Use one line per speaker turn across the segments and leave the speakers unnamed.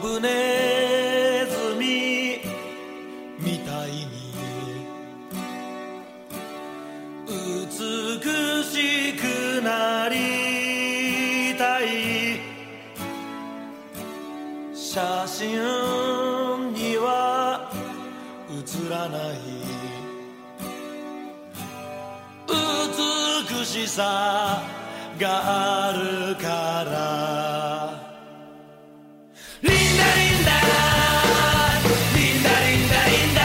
ブネズミみたいに美しくなりたい写真には写らない美しさがあるから「リンダリンダリンダリンダリンダ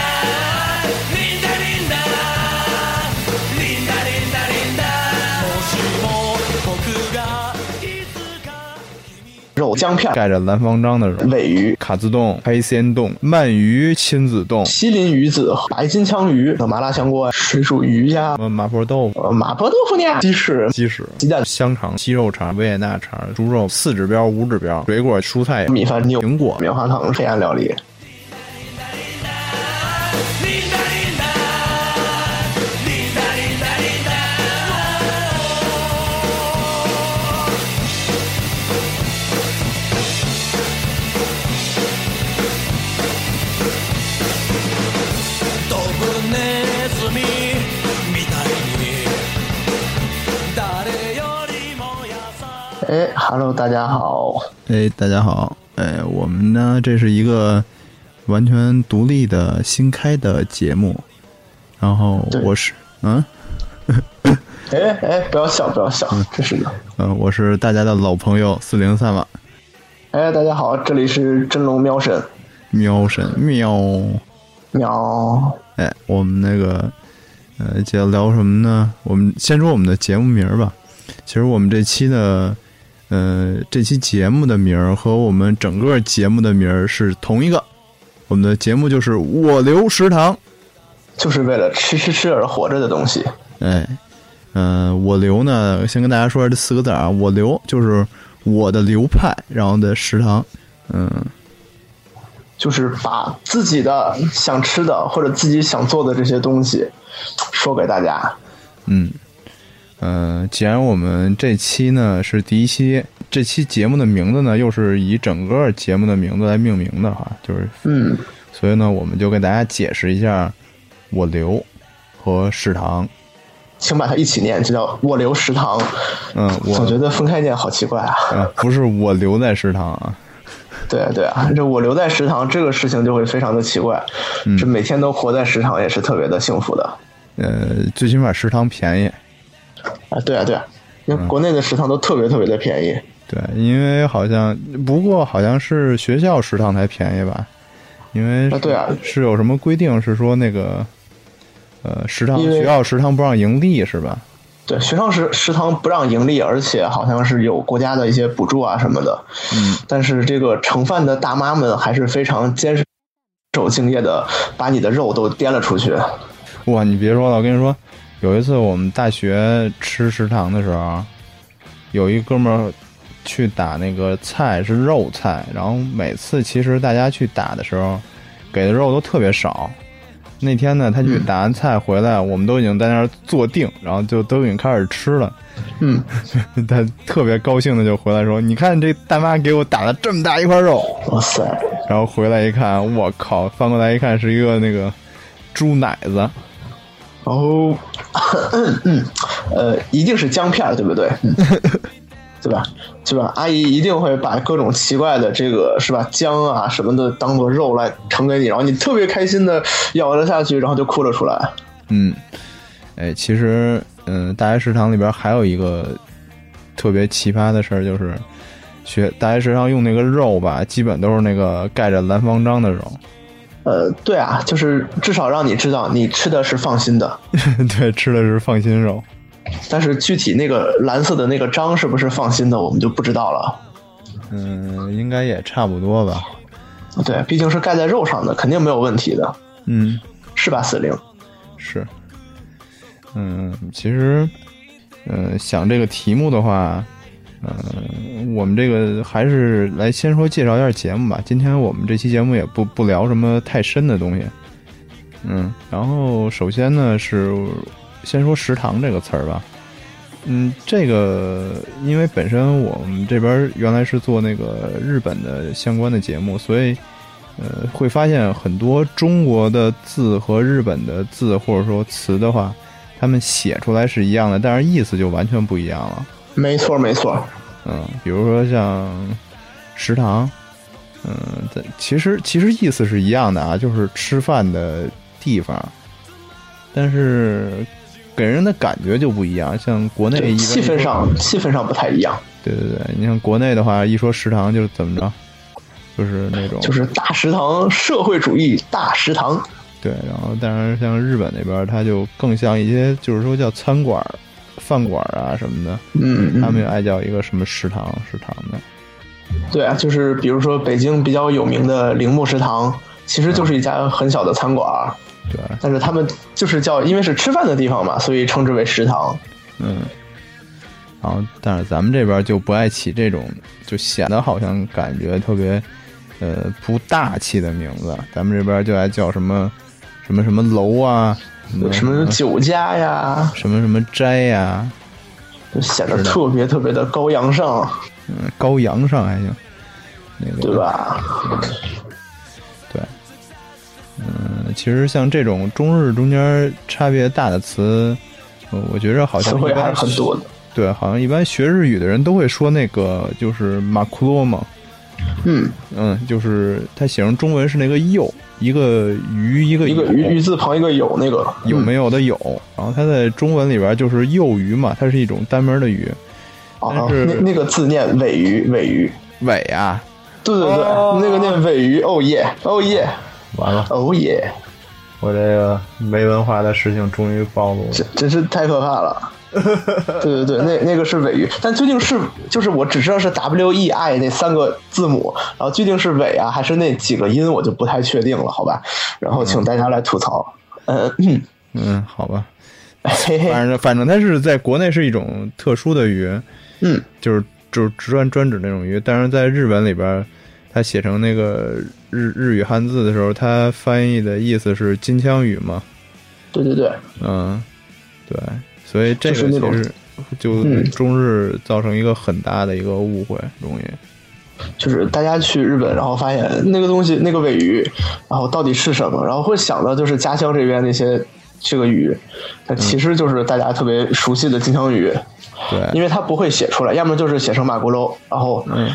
リンダリンダリンダリンダリンダ」「もしも僕がいつか君
肉姜片、
盖着蓝方章的人，
尾鱼、
卡子洞、开仙洞、鳗鱼亲子洞，什
西林鱼子、白金枪鱼、麻辣香锅、啊水煮鱼呀、
么麻婆豆腐、
呃麻婆豆腐呢、鸡翅、
鸡翅、
鸡蛋
香肠、鸡肉肠、维也纳肠、猪肉、四指标、五指标、水果、蔬菜、
米饭、牛
苹果
棉花糖、黑暗料理。
リンダリンダリンダリンダリンダ」「ドブネズミみたいに誰よりも優しい」
哎，Hello，大家好，
哎，大家好，哎，我们呢这是一个完全独立的新开的节目，然后
对
我是嗯
哎哎，不要笑，不要笑，真是的。
嗯、呃我是大家的老朋友四零三瓦
哎，大家好，这里是真龙喵神
喵神喵，
喵。
哎，我们那个呃，姐聊什么呢？我们先说我们的节目名儿吧。其实我们这期的呃，这期节目的名儿和我们整个节目的名儿是同一个，我们的节目就是我留食堂。
就是为了吃吃吃而活着的东西。
哎，嗯、我流呢，先跟大家说这四个字啊，我流就是我的流派，然后的食堂，嗯，
就是把自己的想吃的或者自己想做的这些东西说给大家。
嗯，呃，既然我们这期呢是第一期，这期节目的名字呢又是以整个节目的名字来命名的哈，就是，
嗯，
所以呢，我们就给大家解释一下我流和食堂。
请把它一起念，就叫“我留食堂”。
嗯我
总觉得分开念好奇怪啊。
啊，不是我留在食堂啊，
对啊对啊，这我留在食堂这个事情就会非常的奇怪。
嗯
这每天都活在食堂也是特别的幸福的
呃，最起码食堂便宜，
啊。对啊对啊，因
嗯
为国内的食堂都特别特别的便宜。
对，因为好像不过好像是学校食堂才便宜吧，因为
啊对啊
是有什么规定是说那个，呃，食堂
因为
学校食堂不让盈利是吧？
对，学校食食堂不让盈利，而且好像是有国家的一些补助啊什么的。嗯，但是这个盛饭的大妈们还是非常坚守敬业的，把你的肉都颠了出去。
哇，你别说了，我跟你说，有一次我们大学吃食堂的时候，有一哥们儿去打那个菜是肉菜，然后每次其实大家去打的时候，给的肉都特别少。那天呢，他去打完菜回来，我们都已经在那儿坐定，然后就都已经开始吃了。
嗯，
他特别高兴的就回来说：“你看这大妈给我打了这么大一块肉。”
哇塞，
然后回来一看，我靠！翻过来一看，是一个那个猪奶子。
哦，嗯，呃，一定是姜片儿，对不对？ 嗯对吧？对吧？阿姨一定会把各种奇怪的这个是吧姜啊什么的当做肉来盛给你，然后你特别开心的咬了下去，然后就哭了出来。
嗯，哎，其实，嗯，大学食堂里边还有一个特别奇葩的事儿，就是学大学食堂用那个肉吧，基本都是那个盖着蓝方章的肉。
呃，对啊，就是至少让你知道你吃的是放心的，
对，吃的是放心肉。
但是具体那个蓝色的那个章是不是放心的，我们就不知道了。
嗯，应该也差不多吧。
对，毕竟是盖在肉上的，肯定没有问题的，
嗯，
是吧，死灵？
是。嗯，其实，嗯，想这个题目的话，嗯，我们这个还是来先说介绍一下节目吧。今天我们这期节目也不不聊什么太深的东西，嗯，然后首先呢是先说食堂这个词儿吧。嗯，这个因为本身我们这边原来是做那个日本的相关的节目，所以呃会发现很多中国的字和日本的字或者说词的话，他们写出来是一样的，但是意思就完全不一样了。
没错没错，
嗯，比如说像食堂，嗯，但其实其实意思是一样的啊，就是吃饭的地方，但是给人的感觉就不一样。像国内一般
气氛上气氛上不太一样，
对对对，你像国内的话，一说食堂就是怎么着，就是那种
就是大食堂社会主义大食堂，
对，然后但是像日本那边，它就更像一些就是说叫餐馆儿、饭馆儿啊什么的，
嗯嗯
他们也爱叫一个什么食堂食堂的。
对啊，就是比如说北京比较有名的铃木食堂，其实就是一家很小的餐馆儿，
对，
但是他们就是叫，因为是吃饭的地方嘛，所以称之为食堂。
嗯，然后但是咱们这边就不爱起这种，就显得好像感觉特别，呃，不大气的名字。咱们这边就爱叫什么什么什么楼啊，
什
什
么
么
酒家呀，
什么什么斋啊呀、
就显得特别特别的高扬上，
嗯，高阳上还行，那个
对吧？
对，嗯，其实像这种中日中间差别大的词，呃我觉着好像
词汇
一般
还是很多的。
对，好像一般学日语的人都会说那个就是马库洛嘛，
嗯，
嗯，就是它写成中文是那个鼬，一个鱼，一个
一个
有
鱼鱼字旁一个有那个嗯
有没有的有，然后它在中文里边就是幼鱼嘛，它是一种单门的鱼，
啊，
但是
那那个字念尾鱼尾鱼，
尾啊，
对对对，
哦
那个念尾鱼，哦耶哦耶
完了，
哦耶，
我这个没文化的事情终于暴露了。
真真是太可怕了。 对对对，那那个是尾鱼，但究竟是就是我只知道是 W E I 那三个字母，然后究竟是尾啊还是那几个音，我就不太确定了，好吧？然后请大家来吐槽。 嗯，
嗯，好吧，
嘿嘿，
反正反正它是在国内是一种特殊的鱼，
嗯，
就是就是只专专指那种鱼，但是在日本里边，它写成那个日日语汉字的时候，它翻译的意思是金枪鱼嘛，
对对对，
嗯，对，所以这
就是
个
那种
其实就
嗯
中日造成一个很大的一个误会，容易。
就是大家去日本，然后发现那个东西，那个尾鱼，然后到底是什么，然后会想到就是家乡这边那些这个鱼，它
嗯
其实就是大家特别熟悉的金枪鱼，
对，
因为它不会写出来，要么就是写成马咕噜，然后
嗯，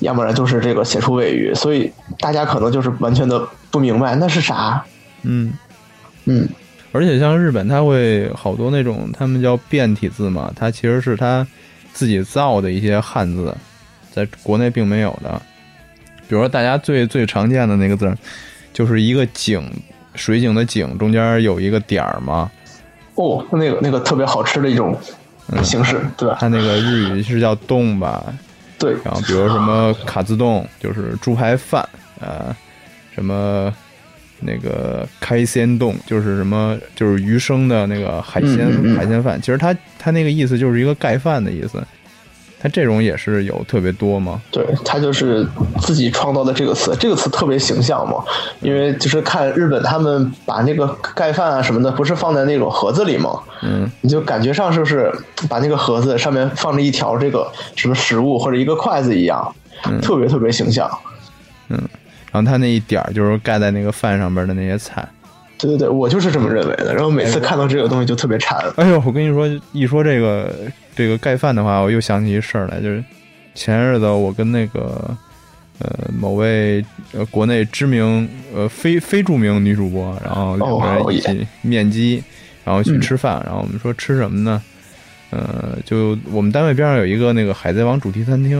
要不然就是这个写出尾鱼，所以大家可能就是完全的不明白那是啥。
嗯，
嗯，
而且像日本，它会好多那种他们叫变体字嘛，它其实是它自己造的一些汉字，在国内并没有的。比如说大家最最常见的那个字儿，就是一个井，水井的井中间有一个点儿嘛，
哦，那个那个特别好吃的一种形式，对吧？
嗯它那个日语是叫洞吧，
对，
然后比如什么卡兹洞，就是猪排饭，呃，什么那个开鲜洞，就是什么就是鱼生的那个海鲜、
嗯嗯嗯
海鲜饭。其实它它那个意思就是一个盖饭的意思。它这种也是有特别多嘛，
对他就是自己创造的这个词，这个词特别形象嘛，因为就是看日本他们把那个盖饭啊什么的，不是放在那种盒子里吗？
嗯，
你就感觉上就是把那个盒子上面放着一条这个什么食物或者一个筷子一样，
嗯
特别特别形象。
然后它那一点儿就是盖在那个饭上边的那些菜。
对对对，我就是这么认为的。然后每次看到这个东西就特别馋。
哎呦，我跟你说，一说这个这个盖饭的话，我又想起一事儿来，就是前日子我跟那个呃某位呃国内知名呃非非著名女主播，然后两个人一
哦嗯
起面基，然后去吃饭，然后我们说吃什么呢？呃，就我们单位边上有一个那个《海贼王》主题餐厅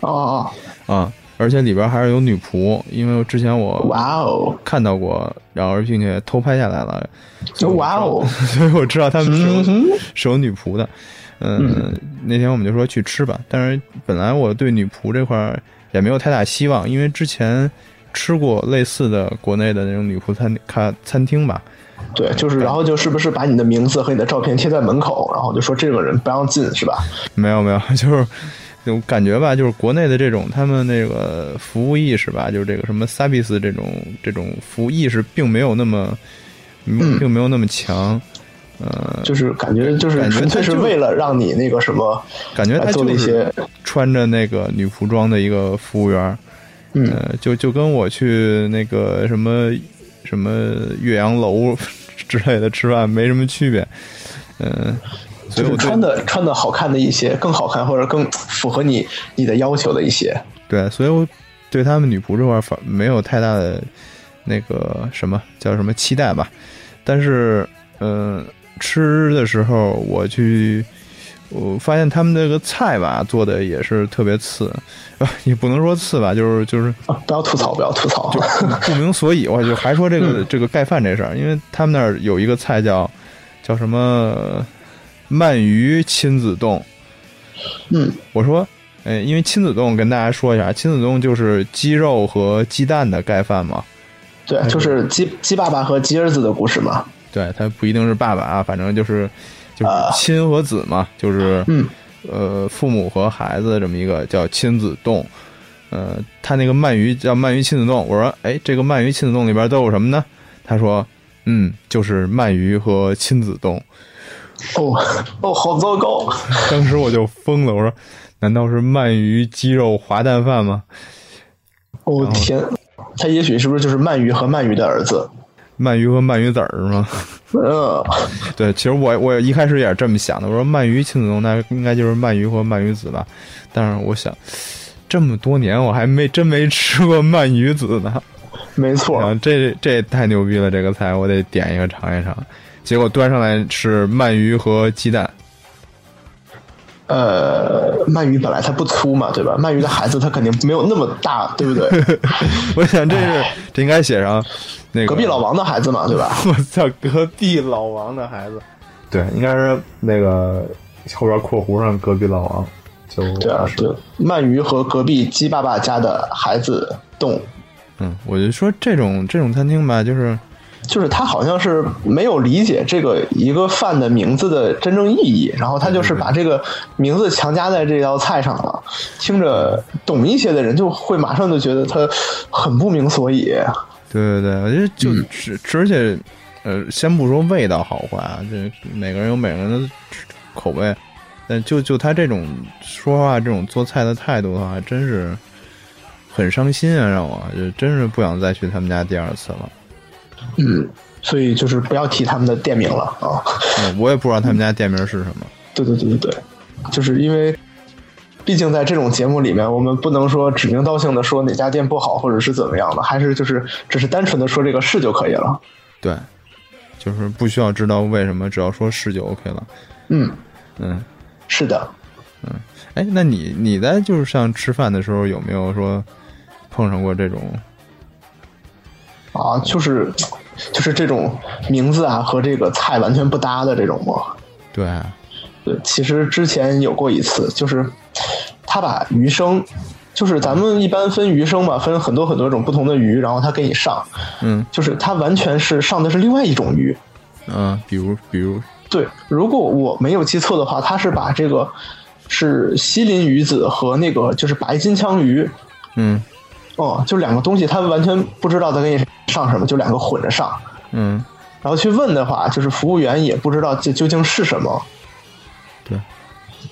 哦哦，
啊，而且里边还是有女仆，因为之前我
哇哦，
看到过，然后并且偷拍下来了，
哇哦，
所以我知道他们是有、
嗯哼，
是有女仆的。嗯，那天我们就说去吃吧，但是本来我对女仆这块儿也没有太大希望，因为之前吃过类似的国内的那种女仆餐咖餐厅吧。
对，就是然后就是不是把你的名字和你的照片贴在门口，然后就说这个人不让进是吧？
没有没 有，就是就感觉吧，就是国内的这种他们那个服务意识吧，就是这个什么 service
嗯
这种这种服务意识并没有那么，并没有那么强。呃，
就是感觉就是
感觉
纯粹
他
是
就
为了让你那个什么，
感觉他
啊来做
就
了一
是
些
穿着那个女服装的一个服务员儿，
嗯
呃，就就跟我去那个什么什么岳阳楼 之类的吃饭没什么区别，嗯、所
就
以我
是
对
穿的穿的好看的一些，更好看或者更符合你你的要求的一些，
对，所以我对他们女仆这块儿反没有太大的那个什么叫什么期待吧。但是，嗯、吃的时候我去，我发现他们这个菜吧做的也是特别次， 啊，也不能说次吧，就是就是
啊，不要吐槽，不要吐槽，
不明所以。我就还说这个、这个盖饭这事儿，因为他们那儿有一个菜叫叫什么鳗鱼亲子冻，
嗯，
我说，呃，因为亲子冻跟大家说一下，亲子冻就是鸡肉和鸡蛋的盖饭嘛。
对，就是鸡鸡爸爸和鸡儿子的故事嘛，
对，它不一定是爸爸啊，反正就是就是
啊
亲和子嘛，就是
嗯
呃父母和孩子这么一个叫亲子冻。呃，他那个鳗鱼叫鳗鱼亲子冻。我说，哎，这个鳗鱼亲子冻里边都有什么呢？他说，嗯，就是鳗鱼和亲子冻。
哦哦，好糟糕，
当时我就疯了，我说，难道是鳗鱼鸡肉滑蛋饭吗？
哦天，他也许是不是就是鳗鱼和鳗鱼的儿子？
鳗鱼和鳗鱼籽儿是吗？
嗯，
对，其实我我一开始也是这么想的，我说鳗鱼亲子冻那应该就是鳗鱼和鳗鱼子吧，但是我想这么多年我还没真没吃过鳗鱼子呢，
没错
然，后这这也太牛逼了，这个菜我得点一个尝一尝。结果端上来是鳗鱼和鸡蛋，
呃，鳗鱼本来它不粗嘛，对吧？鳗鱼的孩子它肯定没有那么大，对不对？
我想这是这应该写上那个
隔壁老，王的孩子嘛，对吧？
我操，隔壁老王的孩子，对，应该是那个后边括弧上隔壁老王，就
对啊，对，鳗鱼和隔壁鸡爸爸家的孩子动，
嗯，我就说这种这种餐厅吧，就是。
就是他好像是没有理解这个一个饭的名字的真正意义，然后他就是把这个名字强加在这道菜上了。听着懂一些的人就会马上就觉得他很不明所以。
对对对，我觉得就只、只而且，呃，先不说味道好坏啊，这每个人有每个人的口味，但就就他这种说话、这种做菜的态度的话，真是很伤心啊，让我就真是不想再去他们家第二次了。
嗯，所以就是不要提他们的店名了啊。
嗯我也不知道他们家店名是什么。
对对对对对，就是因为。毕竟在这种节目里面，我们不能说指名道姓的说哪家店不好，或者是怎么样的，还是就是只是单纯的说这个是就可以了。
对，就是不需要知道为什么，只要说是就 OK 了。
嗯，
嗯，
是的，
哎，那你你在就是像吃饭的时候有没有说碰上过这种？
啊，就是就是这种名字啊和这个菜完全不搭的这种嘛。
对啊，
对，其实之前有过一次，就是他把鱼生，就是咱们一般分鱼生嘛，分很多很多种不同的鱼，然后他给你上，
嗯
就是他完全是上的是另外一种鱼。
嗯、比如比如
对，如果我没有记错的话，他是把这个是西林鱼子和那个就是白金枪鱼，
嗯
哦、就两个东西，他完全不知道在给你上什么，就两个混着上。
嗯。
然后去问的话，就是服务员也不知道这究竟是什么。
对，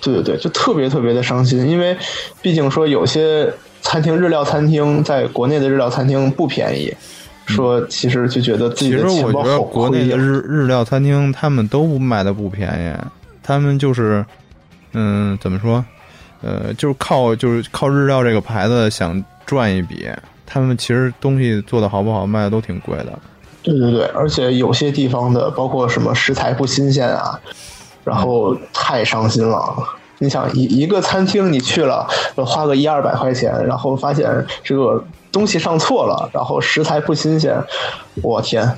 对对对，就特别特别的伤心，因为毕竟说有些餐厅日料餐厅在国内的日料餐厅不便宜，说其实就觉得自己
嗯其
的
实
钱
我
包
觉得
好
国
亏
内的
呀。
日日料餐厅，他们都不卖的不便宜，他们就是，嗯，怎么说，呃，就是靠就是靠日料这个牌子想赚一笔，他们其实东西做的好不好，卖的都挺贵的。
对对对，而且有些地方的包括什么食材不新鲜啊，然后太伤心了。你想一一个餐厅你去了，呃花个一二百块钱，然后发现这个东西上错了，然后食材不新鲜，我天，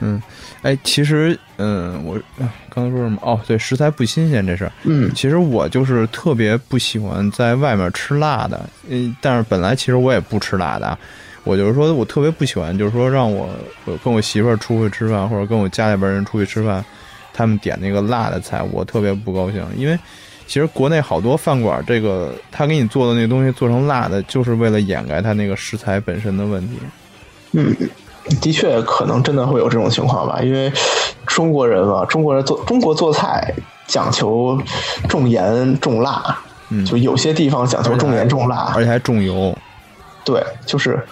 嗯，哎，其实，嗯，我哎刚才说什么？哦，对，食材不新鲜这事儿。
嗯
其实我就是特别不喜欢在外面吃辣的，嗯，但是本来其实我也不吃辣的啊，我就是说我特别不喜欢，就是说让我我跟我媳妇儿出去吃饭，或者跟我家里边人出去吃饭，他们点那个辣的菜，我特别不高兴，因为其实国内好多饭馆这个他给你做的那东西做成辣的，就是为了掩盖它那个食材本身的问题。
嗯，的确可能真的会有这种情况吧，因为中国人嘛，中国人做中国做菜讲求重盐重辣，
嗯啊
就有些地方讲求重盐重辣，
而且还重油，
对，就是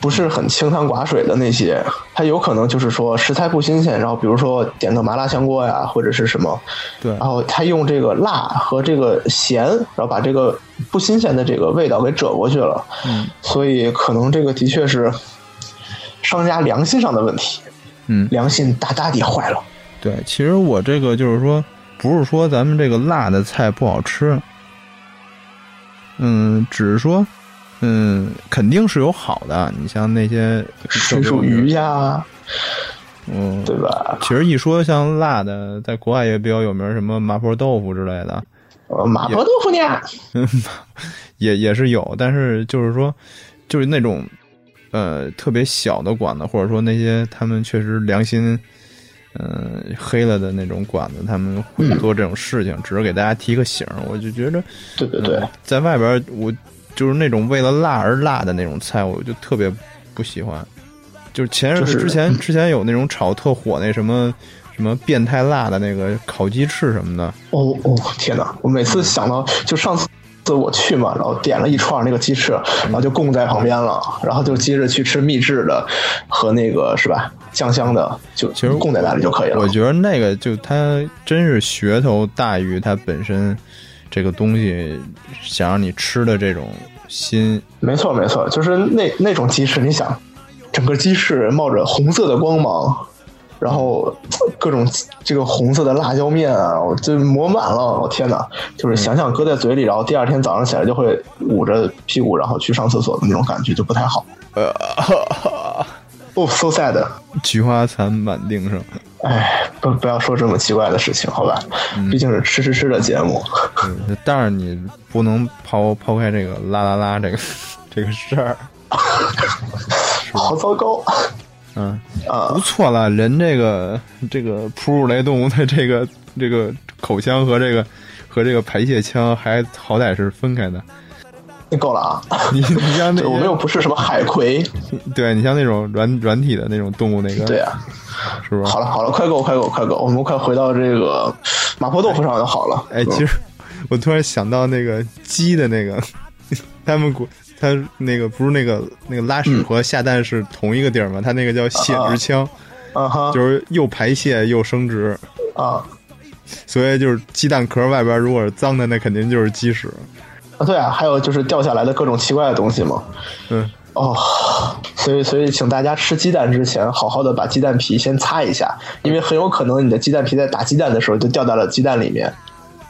不是很清汤寡水的那些，它有可能就是说食材不新鲜，然后比如说点个麻辣香锅呀，或者是什么，
对
然后他用这个辣和这个咸，然后把这个不新鲜的这个味道给遮过去了，
嗯
所以可能这个的确是商家良心上的问题，
嗯，
良心大大地坏了。
对，其实我这个就是说，不是说咱们这个辣的菜不好吃，嗯，只是说，嗯，肯定是有好的。你像那些
水煮鱼，呀，
嗯，
对吧？
其实一说像辣的，在国外也比较有名，什么麻婆豆腐之类的，
呃麻婆豆腐呢？
也也是有。但是就是说，就是那种，呃，特别小的馆子，或者说那些他们确实良心，嗯、黑了的那种馆子，他们会
嗯
做这种事情，只是给大家提个醒儿。我就觉得。
对对对，
在外边儿我就是那种为了辣而辣的那种菜，我就特别不喜欢。就是前
就是
之前之前有那种炒特火那什么什么变态辣的那个烤鸡翅什么的，
哦哦，天哪！我每次想到，就上次我去嘛，然后点了一串那个鸡翅，然后就供在旁边了，然后就接着去吃秘制的和那个是吧酱香的，就
其实
供在那里就可以
我
了。
觉得那个就它真是噱头大于它本身这个东西想让你吃的这种心。
没错没错，就是那那种鸡翅，你想，整个鸡翅冒着红色的光芒。然后各种这个红色的辣椒面啊，我就抹满了，我天哪！就是想想搁在嘴里，然后第二天早上起来就会捂着屁股，然后去上厕所的那种感觉就不太好。
呃，
哦、s o sad。
菊花残满腚上，
哎，不不要说这么奇怪的事情，好吧？毕竟是吃吃吃的节目，
嗯但是你不能抛抛开这个啦啦啦这个这个事儿。
好糟糕
嗯，
啊
不！错了，人这个这个哺乳类动物的这个这个口腔和这个和这个排泄腔还好歹是分开的。
那够了啊！
你你像 那
对，我们又不是什么海葵，
对你像那种软软体的那种动物，那个
对啊。
是不是
好？了好了，快够快够快够，我们快回到这个麻婆豆腐上就好了。
哎，其实我突然想到那个鸡的那个， 他们国他那个不是那个那个拉屎和下蛋是同一个地儿吗？它那个叫泄殖腔，
啊哈
就是又排泄又生殖，
啊
所以就是鸡蛋壳外边如果是脏的，那肯定就是鸡屎。
啊！对啊，还有就是掉下来的各种奇怪的东西嘛。
嗯。
哦，所以所以，请大家吃鸡蛋之前，好好的把鸡蛋皮先擦一下，因为很有可能你的鸡蛋皮在打鸡蛋的时候就掉到了鸡蛋里面。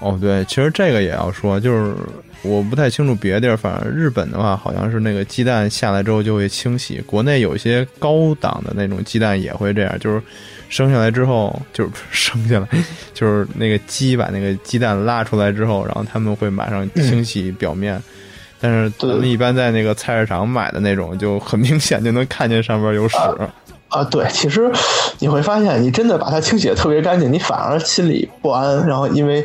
哦，对，其实这个也要说，就是我不太清楚别的地儿，反正日本的话，好像是那个鸡蛋下来之后就会清洗。国内有一些高档的那种鸡蛋也会这样，就是生下来之后，就是生下来，就是那个鸡把那个鸡蛋拉出来之后，然后他们会马上清洗表面。但是咱们
嗯对
一般在那个菜市场买的那种，就很明显就能看见上面有屎。
啊，对，其实你会发现，你真的把它清洗的特别干净，你反而心里不安，然后因为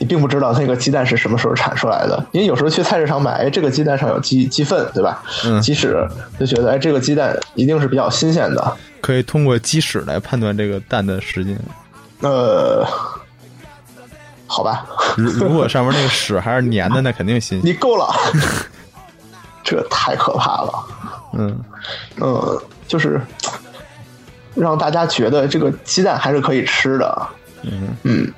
你并不知道那个鸡蛋是什么时候产出来的，因为有时候去菜市场买，哎，这个鸡蛋上有鸡鸡粪，对吧？
嗯
鸡屎，就觉得哎，这个鸡蛋一定是比较新鲜的。
可以通过鸡屎来判断这个蛋的时间。
呃，好吧，
如如果上面那个屎还是粘的，那肯定新鲜。
你够了， 这太可怕了。
嗯。
嗯，就是让大家觉得这个鸡蛋还是可以吃的。啊
嗯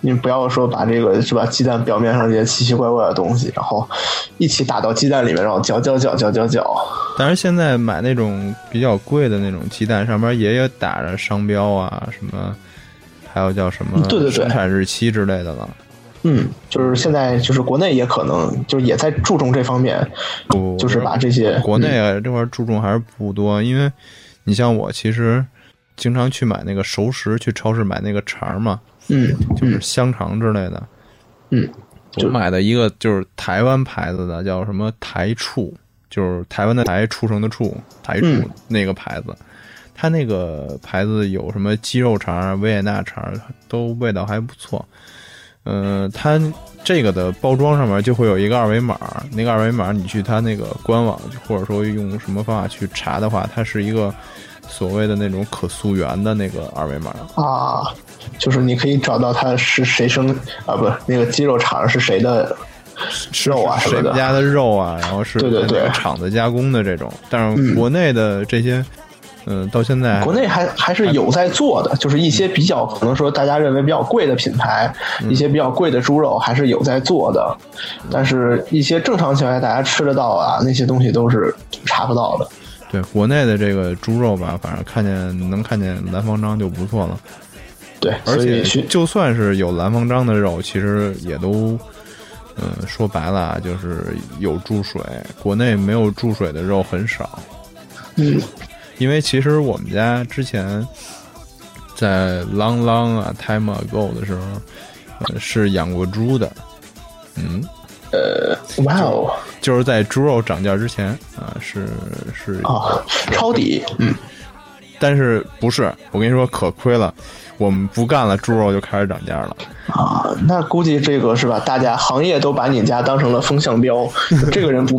你不要说把这个是吧，鸡蛋表面上这些奇奇怪怪的东西，然后一起打到鸡蛋里面，然后搅搅搅搅搅搅。
但是现在买那种比较贵的那种鸡蛋，上面也有打着商标啊，什么，还有叫什么
嗯对对对
生产日期之类的了。
嗯，就是现在就是国内也可能就是也在注重这方面，
我
就是嗯把这些
国内啊这块注重还是不多，因为你像我其实经常去买那个熟食，去超市买那个肠儿嘛，
嗯
就是香肠之类的。
嗯，
我买的一个就是台湾牌子的，叫什么台畜，就是台湾的台，畜生的畜，台畜
嗯
那个牌子。它那个牌子有什么鸡肉肠、维也纳肠，啊都味道还不错。嗯，它这个的包装上面就会有一个二维码，那个二维码你去它那个官网或者说用什么方法去查的话，它是一个所谓的那种可溯源的那个二维码。
啊，就是你可以找到它是谁生啊，不是那个鸡肉厂是谁的肉啊什
谁
么
们
的。
家的肉啊，然后是
对对对嗯
在哪个厂子加工的这种。但是国内的这些，嗯、到现在
国内还还
哎
是有在做的，就是一些比较
嗯
可能说大家认为比较贵的品牌，一些比较贵的猪肉还是有在做的，
嗯
但是一些正常情况下大家吃得到啊，那些东西都是查不到的。
对国内的这个猪肉吧，反正看见能看见蓝方章就不错了。
对，
而
所
且
以去
就算是有蓝方章的肉，其实也都，嗯，说白了啊就是有注水，国内没有注水的肉很少。
嗯
因为其实我们家之前在 long long 啊 time ago 的时候，呃，是养过猪的，嗯，
哇哦
就是在猪肉涨价之前啊，是是
啊，抄底，嗯，
但是不是？我跟你说可亏了，我们不干了，猪肉就开始涨价了。
啊，那估计这个是吧？大家行业都把你家当成了风向标，这个人不